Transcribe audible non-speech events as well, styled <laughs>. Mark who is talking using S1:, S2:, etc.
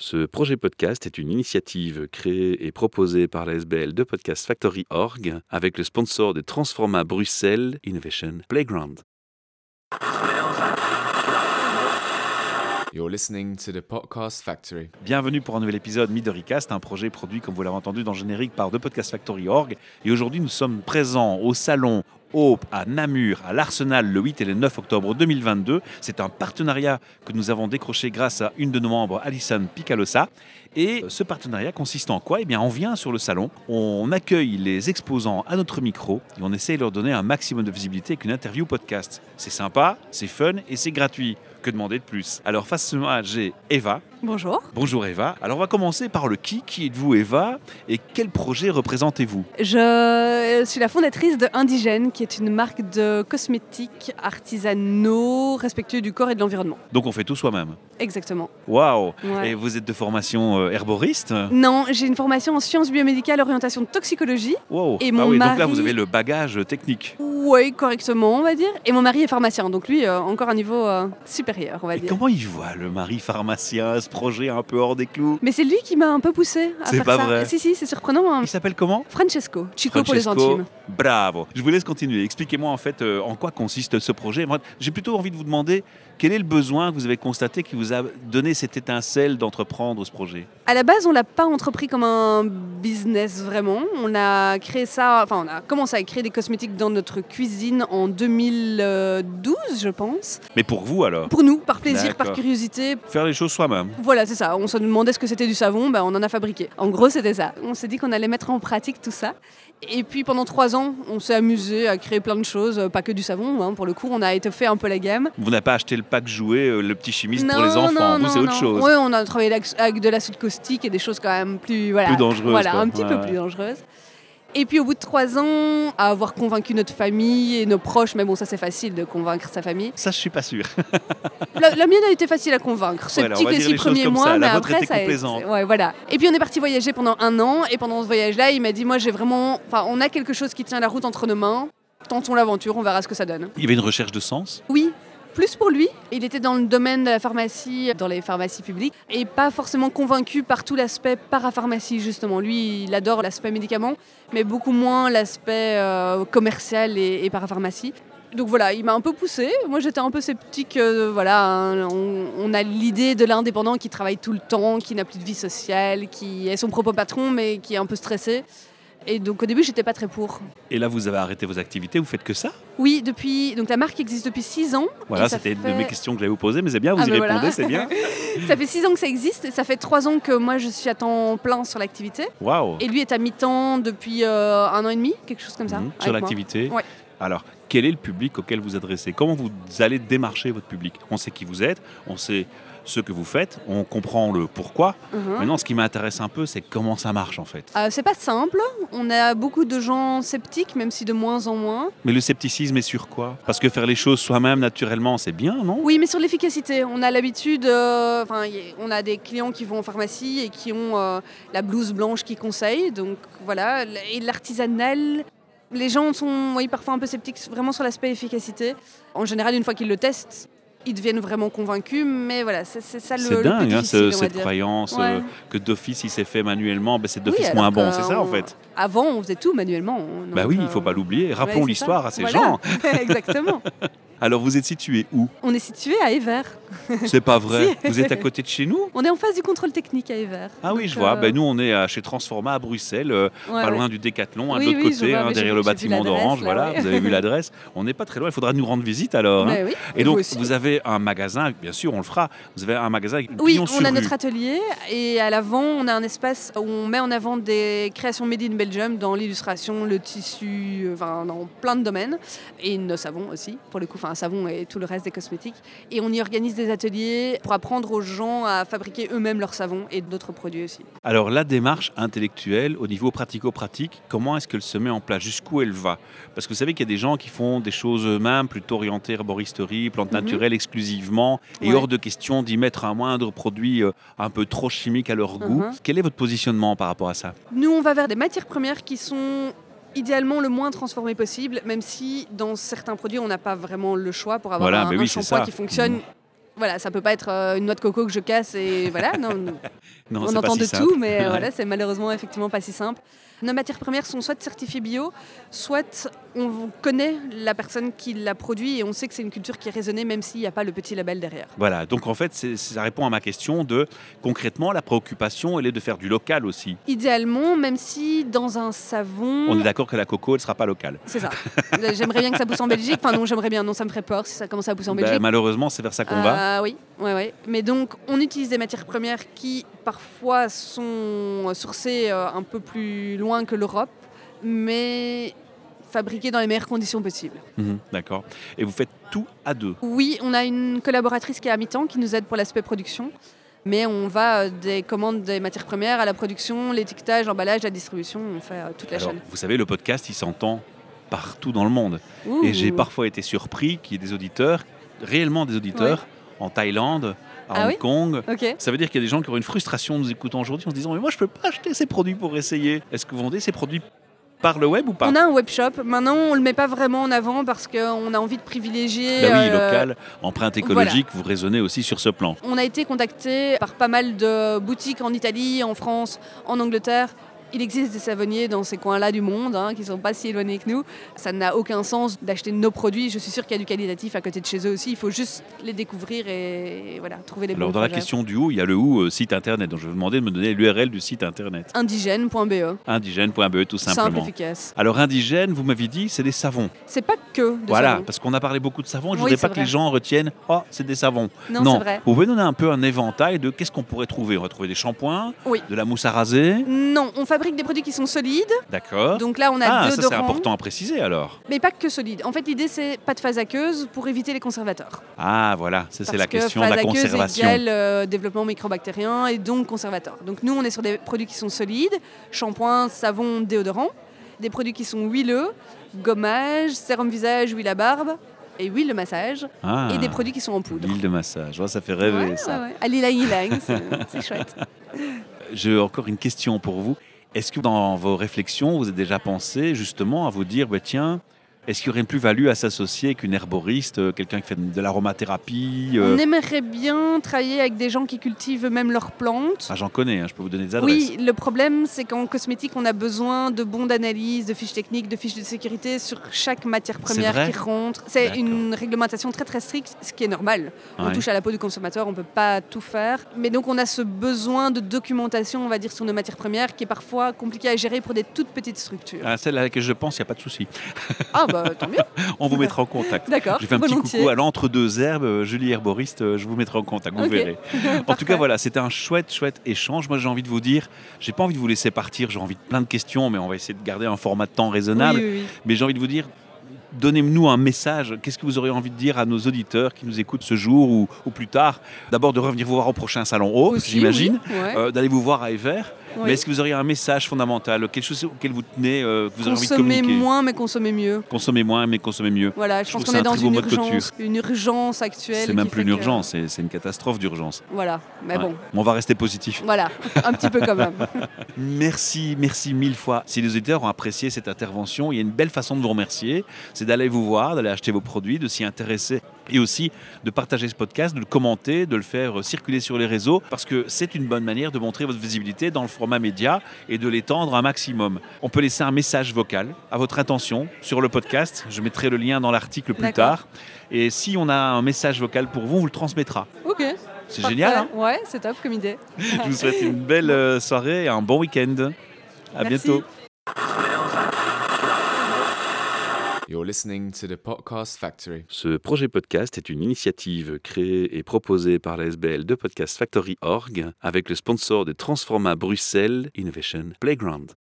S1: Ce projet podcast est une initiative créée et proposée par la SBL de Podcast Factory Org avec le sponsor de Transforma Bruxelles Innovation Playground.
S2: You're listening to the Podcast Factory.
S3: Bienvenue pour un nouvel épisode Midoricast, un projet produit, comme vous l'avez entendu dans le générique, par The Podcast Factory Org. Et aujourd'hui, nous sommes présents au salon Hope à Namur, à l'Arsenal, le 8 et le 9 octobre 2022. C'est un partenariat que nous avons décroché grâce à une de nos membres, Alison Picalosa. Et ce partenariat consiste en quoi Eh bien, on vient sur le salon, on accueille les exposants à notre micro et on essaye de leur donner un maximum de visibilité avec une interview podcast. C'est sympa, c'est fun et c'est gratuit. Que demander de plus Alors, face à moi, j'ai Eva.
S4: Bonjour.
S3: Bonjour Eva. Alors, on va commencer par le qui. Qui êtes-vous, Eva Et quel projet représentez-vous
S4: Je suis la fondatrice de Indigène, qui est une marque de cosmétiques artisanaux respectueux du corps et de l'environnement.
S3: Donc, on fait tout soi-même
S4: Exactement.
S3: Waouh
S4: Ouais.
S3: Et vous êtes de formation euh, herboriste
S4: Non, j'ai une formation en sciences biomédicales, orientation toxicologie.
S3: Wow.
S4: Et
S3: Ah
S4: mon
S3: oui, Donc là,
S4: mari-
S3: vous avez le bagage technique.
S4: Oui, correctement, on va dire. Et mon mari est pharmacien, donc lui, euh, encore un niveau euh, supérieur, on va
S3: Et
S4: dire.
S3: comment il voit le mari pharmacien, ce projet un peu hors des clous
S4: Mais c'est lui qui m'a un peu poussé à
S3: C'est
S4: faire
S3: pas
S4: ça.
S3: vrai.
S4: Si, si, c'est surprenant. hein.
S3: Il s'appelle comment
S4: Francesco, Chico pour les
S3: Francesco,
S4: intimes.
S3: Bravo. Je vous laisse continuer. Expliquez-moi en fait euh, en quoi consiste ce projet. Moi, j'ai plutôt envie de vous demander quel est le besoin que vous avez constaté qui vous a donné cette étincelle d'entreprendre ce projet.
S4: À la base, on l'a pas entrepris comme un business vraiment. On a créé ça, enfin, on a commencé à créer des cosmétiques dans notre cuisine en 2012, je pense.
S3: Mais pour vous alors
S4: Pour nous, par plaisir, par
S3: D'accord.
S4: curiosité.
S3: Faire les choses soi-même.
S4: Voilà, c'est ça. On se demandait ce que c'était du savon, bah, on en a fabriqué. En gros, c'était ça. On s'est dit qu'on allait mettre en pratique tout ça. Et puis pendant trois ans, on s'est amusé à créer plein de choses, euh, pas que du savon. hein. Pour le coup, on a été fait un peu la gamme.
S3: Vous n'avez pas acheté le pack jouet, euh, le petit chimiste pour les enfants.
S4: non,
S3: vous, c'est
S4: non,
S3: autre
S4: non.
S3: chose.
S4: Oui, on a travaillé l'ac- avec de l'acide caustique et des choses quand même plus, voilà,
S3: Plus dangereuses,
S4: Voilà,
S3: quoi.
S4: un petit
S3: Ouais,
S4: peu plus dangereuses. Et puis au bout de trois ans, à avoir convaincu notre famille et nos proches, mais bon, ça c'est facile de convaincre sa famille.
S3: Ça, je suis pas sûr.
S4: La, la mienne a été facile à convaincre. Ces
S3: Voilà, on
S4: petits
S3: va dire
S4: six
S3: les choses
S4: premiers
S3: comme
S4: mois,
S3: ça. La
S4: mais
S3: vôtre
S4: après
S3: était
S4: ça a été-
S3: complaisante.
S4: ouais, voilà. Et puis on est parti voyager pendant un an, et pendant ce voyage-là, il m'a dit, moi j'ai vraiment, enfin, on a quelque chose qui tient la route entre nos mains. Tentons l'aventure, on verra ce que ça donne.
S3: Il y avait une recherche de sens.
S4: Oui, plus pour lui. Il était dans le domaine de la pharmacie, dans les pharmacies publiques, et pas forcément convaincu par tout l'aspect parapharmacie, justement. Lui, il adore l'aspect médicament, mais beaucoup moins l'aspect euh, commercial et, et parapharmacie. Donc voilà, il m'a un peu poussé. Moi, j'étais un peu sceptique. euh, voilà, hein, on, on a l'idée de l'indépendant qui travaille tout le temps, qui n'a plus de vie sociale, qui est son propre patron, mais qui est un peu stressé. Et donc au début, j'étais pas très pour.
S3: Et là, vous avez arrêté vos activités, vous faites que ça
S4: Oui, depuis. Donc la marque existe depuis 6 ans.
S3: Voilà,
S4: Et ça
S3: c'était une de
S4: fait-
S3: mes questions que j'allais vous poser, mais c'est bien, vous
S4: Ah,
S3: y
S4: ben
S3: répondez,
S4: voilà.
S3: c'est
S4: <laughs>
S3: bien.
S4: Ça fait six ans que ça existe et ça fait trois ans que moi je suis à temps plein sur l'activité.
S3: Waouh
S4: Et lui est à mi-temps depuis euh, un an et demi, quelque chose comme ça.
S3: Mhm.
S4: avec
S3: Sur
S4: moi.
S3: l'activité
S4: Ouais.
S3: Alors, quel est le public auquel vous adressez Comment vous allez démarcher votre public On sait qui vous êtes, on sait ce que vous faites, on comprend le pourquoi.
S4: Mhm.
S3: Maintenant, ce qui m'intéresse un peu, c'est comment ça marche en fait.
S4: Euh, c'est pas simple, on a beaucoup de gens sceptiques, même si de moins en moins.
S3: Mais le scepticisme est sur quoi Parce que faire les choses soi-même, naturellement, c'est bien, non
S4: Oui, mais sur l'efficacité, on a l'habitude, euh, enfin, y- on a des clients qui vont en pharmacie et qui ont euh, la blouse blanche qui conseille, donc voilà, L- et l'artisanal. Les gens sont oui, parfois un peu sceptiques vraiment sur l'aspect efficacité. En général, une fois qu'ils le testent, ils deviennent vraiment convaincus, mais voilà, c'est c'est ça le,
S3: C'est
S4: le plus
S3: dingue, hein,
S4: difficile,
S3: ce-
S4: on va
S3: cette
S4: dire.
S3: croyance
S4: Ouais.
S3: euh, que d'office, il s'est fait manuellement, ben, c'est
S4: Oui,
S3: d'office
S4: alors
S3: moins bon,
S4: que
S3: c'est ça en
S4: on-
S3: fait
S4: Avant, on faisait tout manuellement. donc,
S3: Bah oui, il
S4: euh,
S3: ne faut pas l'oublier.
S4: ouais,
S3: Rappelons
S4: c'est
S3: l'histoire
S4: ça.
S3: à ces
S4: Voilà.
S3: gens.
S4: <laughs> Exactement.
S3: Alors vous êtes situé
S4: <laughs>
S3: où
S4: On est situé à Evers.
S3: C'est pas vrai.
S4: Si.
S3: Vous êtes à côté de chez nous
S4: On est en face du contrôle technique à Evers.
S3: Ah oui,
S4: Donc,
S3: je vois.
S4: euh,
S3: Ben, nous, on est à- chez Transforma à Bruxelles, euh,
S4: ouais,
S3: pas
S4: ouais.
S3: loin du Décathlon, à
S4: Oui,
S3: l'autre
S4: oui, je
S3: côté,
S4: vois,
S3: hein,
S4: mais j'ai
S3: derrière
S4: vu-
S3: le
S4: j'ai vu
S3: bâtiment
S4: l'adresse,
S3: d'Orange.
S4: là,
S3: Voilà,
S4: ouais.
S3: vous avez vu l'adresse. On n'est pas très loin. Il faudra nous rendre visite alors. hein.
S4: Mais Ben oui,
S3: Et donc,
S4: vous
S3: vous,
S4: aussi.
S3: avez un magasin, bien sûr, on le fera. Vous avez un magasin avec
S4: Oui,
S3: pignon sur
S4: on a
S3: rue.
S4: notre atelier et à l'avant, on a un espace où on met en avant des créations made in Belgium dans l'illustration, le tissu, euh, enfin, dans plein de domaines. Et nos savons aussi, pour le coup, enfin, un savon et tout le reste des cosmétiques. Et on y organise des ateliers pour apprendre aux gens à fabriquer eux-mêmes leurs savons et d'autres produits aussi.
S3: Alors, la démarche intellectuelle, au niveau pratico-pratique, comment est-ce qu'elle se met en place Jusqu'où elle va Parce que vous savez qu'il y a des gens qui font des choses eux-mêmes, plutôt orientées herboristerie, plantes
S4: Mhm.
S3: naturelles exclusivement, et
S4: Ouais.
S3: hors de question d'y mettre un moindre produit euh, un peu trop chimique à leur goût.
S4: Mhm.
S3: Quel est votre positionnement par rapport à ça
S4: Nous, on va vers des matières premières qui sont idéalement le moins transformées possible, même si dans certains produits, on n'a pas vraiment le choix pour avoir
S3: Voilà,
S4: un,
S3: mais
S4: un
S3: oui, c'est
S4: shampoing
S3: ça. Mm.
S4: qui fonctionne. Voilà, ça peut pas être euh, une noix de coco que je casse et voilà.
S3: <laughs>
S4: Non,
S3: Non,
S4: on
S3: c'est pas
S4: entend
S3: si
S4: de
S3: simple.
S4: tout, mais euh,
S3: Ouais.
S4: voilà, c'est malheureusement effectivement pas si simple. Nos matières premières sont soit certifiées bio, soit on connaît la personne qui l'a produit et on sait que c'est une culture qui est raisonnée, même s'il n'y a pas le petit label derrière.
S3: Voilà, donc en fait, c'est- ça répond à ma question de concrètement, la préoccupation, elle est de faire du local aussi.
S4: Idéalement, même si dans un savon.
S3: On est d'accord que la coco, elle ne sera pas locale.
S4: C'est ça. Euh, j'aimerais bien que ça pousse en Belgique. Enfin, non, j'aimerais bien. Non, ça me ferait peur si ça commençait à pousser en
S3: Ben,
S4: Belgique.
S3: malheureusement, c'est vers ça qu'on va.
S4: Ah oui, ouais, ouais. Mais donc, on utilise des matières premières qui, parfois, sont euh, sourcées euh, un peu plus loin que l'Europe, mais fabriquées dans les meilleures conditions possibles.
S3: Mhm, D'accord. Et vous faites tout à deux.
S4: Oui, on a une collaboratrice qui est à mi-temps, qui nous aide pour l'aspect production. Mais on va euh, des commandes des matières premières à la production, l'étiquetage, l'emballage, la distribution, on fait euh, toute la
S3: Alors,
S4: chaîne.
S3: vous savez, le podcast, il s'entend partout dans le monde.
S4: Ouh.
S3: Et j'ai parfois été surpris qu'il y ait des auditeurs, réellement des auditeurs, en Thaïlande, à
S4: Ah
S3: Hong
S4: oui
S3: Kong.
S4: Ok.
S3: Ça veut dire qu'il y a des gens qui auront une frustration en nous écoutant aujourd'hui en se disant Mais moi, je ne peux pas acheter ces produits pour essayer. Est-ce que vous vendez ces produits par le web ou pas
S4: On a un webshop. Maintenant, on le met pas vraiment en avant parce qu'on a envie de privilégier.
S3: Bah oui,
S4: euh,
S3: local, empreinte écologique, vous raisonnez aussi sur ce plan.
S4: On a été contacté par pas mal de boutiques en Italie, en France, en Angleterre. Il existe des savonniers dans ces coins-là du monde hein, qui sont pas si éloignés que nous. Ça n'a aucun sens d'acheter nos produits. Je suis sûre qu'il y a du qualitatif à côté de chez eux aussi. Il faut juste les découvrir et, voilà, trouver les
S3: Alors
S4: bons
S3: dans la
S4: projets.
S3: question du où, il y a le où euh, site internet. Donc je vais vous demander de me donner l'URL du site internet.
S4: Indigène.be,
S3: indigène.be E, tout
S4: E. simple,
S3: simplement.
S4: efficace.
S3: Alors indigène, vous m'avez dit, c'est des savons.
S4: C'est pas que des
S3: voilà,
S4: savons.
S3: parce qu'on a parlé beaucoup de savons. Je
S4: Oui,
S3: voudrais
S4: c'est
S3: pas que
S4: vrai.
S3: les gens retiennent, oh, c'est des savons.
S4: Non, c'est vrai.
S3: vous pouvez donner un peu un éventail de qu'est-ce qu'on pourrait trouver. On va trouver des shampoings,
S4: Oui.
S3: de la mousse à raser,
S4: Non, on fabrique des produits qui sont solides.
S3: d'accord.
S4: Donc là, on a
S3: Ah,
S4: deux
S3: ça c'est
S4: d'orange.
S3: important à préciser alors.
S4: Mais pas que solide. En fait, l'idée, c'est pas de phase aqueuse pour éviter les conservateurs.
S3: Ah voilà, ça c'est
S4: Parce
S3: la
S4: que
S3: question de la
S4: phase aqueuse
S3: conservation.
S4: égale, euh, développement microbactérien et donc conservateur. Donc nous, on est sur des produits qui sont solides, shampoing, savon, déodorant, des produits qui sont huileux, gommage, sérum visage, huile à barbe et huile de massage,
S3: Ah,
S4: et des produits qui sont en poudre.
S3: L'huile de massage, Ouais, ça fait rêver
S4: Ouais,
S3: ça.
S4: ouais, ouais. Ah, l'ilang ilang, c'est
S3: <laughs>
S4: c'est chouette.
S3: J'ai encore une question pour vous. Est-ce que dans vos réflexions, vous avez déjà pensé justement à vous dire, bah, tiens, est-ce qu'il y aurait une plus-value à s'associer qu'une herboriste, euh, quelqu'un qui fait de l'aromathérapie euh,
S4: On aimerait bien travailler avec des gens qui cultivent même leurs plantes.
S3: ah, J'en connais, hein, je peux vous donner des adresses.
S4: Oui, le problème, c'est qu'en cosmétique, on a besoin de bons d'analyse, de fiches techniques, de fiches de sécurité sur chaque matière
S3: C'est
S4: première
S3: vrai
S4: qui rentre. C'est
S3: D'accord.
S4: une réglementation très très stricte, ce qui est normal. On
S3: Ouais.
S4: touche à la peau du consommateur, on ne peut pas tout faire. Mais donc, on a ce besoin de documentation, on va dire, sur nos matières premières, qui est parfois compliqué à gérer pour des toutes petites structures. Ah,
S3: Ah, celle à laquelle je pense, il n'y a pas de souci.
S4: bah
S3: <laughs>
S4: tant mieux,
S3: On vous
S4: <laughs>
S3: mettra en contact.
S4: d'accord.
S3: Je fais un petit
S4: volontiers.
S3: coucou à l'entre-deux herbes, euh, Julie Herboriste, euh, je vous mettrai en contact, vous
S4: Ok.
S3: verrez.
S4: <laughs>
S3: En tout
S4: Parfait.
S3: cas, voilà, c'était un chouette, chouette échange. Moi, j'ai envie de vous dire, j'ai pas envie de vous laisser partir, j'ai envie de plein de questions, mais on va essayer de garder un format de temps raisonnable.
S4: Oui, oui, oui.
S3: Mais j'ai envie de vous dire, donnez-nous un message. Qu'est-ce que vous auriez envie de dire à nos auditeurs qui nous écoutent ce jour ou, ou plus tard D'abord, de revenir vous voir au prochain Salon Hope,
S4: Aussi,
S3: Oh, j'imagine.
S4: oui, ouais,
S3: Euh, D'aller vous voir à Ever.
S4: oui.
S3: Mais est-ce que vous auriez un message fondamental Quelque chose auquel vous tenez, euh, que vous auriez envie de
S4: Consommer
S3: communiquer
S4: moins, mais consommer mieux.
S3: Consommez moins, mais consommez mieux.
S4: Voilà, je,
S3: Je
S4: pense
S3: trouve ça
S4: qu'on est
S3: un
S4: dans
S3: très beau
S4: une
S3: mot de
S4: urgence, une urgence actuelle.
S3: C'est même
S4: qui
S3: plus
S4: fait
S3: une
S4: que-
S3: urgence, c'est- c'est une catastrophe d'urgence.
S4: Voilà, mais
S3: Ouais.
S4: bon,
S3: Mais On va rester positif.
S4: voilà, un petit peu
S3: <laughs>
S4: quand même.
S3: Merci, merci mille fois. Si les auditeurs ont apprécié cette intervention, il y a une belle façon de vous remercier, c'est d'aller vous voir, d'aller acheter vos produits, de s'y intéresser et aussi de partager ce podcast, de le commenter, de le faire circuler sur les réseaux, parce que c'est une bonne manière de montrer votre visibilité dans le format média et de l'étendre un maximum. On peut laisser un message vocal à votre intention sur le podcast, je mettrai le lien dans l'article plus
S4: D'accord.
S3: tard, et si on a un message vocal pour vous, on vous le transmettra.
S4: Ok.
S3: C'est génial, hein
S4: Ouais, c'est top comme idée.
S3: Je vous souhaite une belle euh, soirée et un bon week-end. À
S4: Merci.
S3: bientôt.
S2: You're listening to the Podcast Factory.
S1: Ce projet podcast est une initiative créée et proposée par la SBL de Podcast Factory Org avec le sponsor de Transforma Bruxelles Innovation Playground.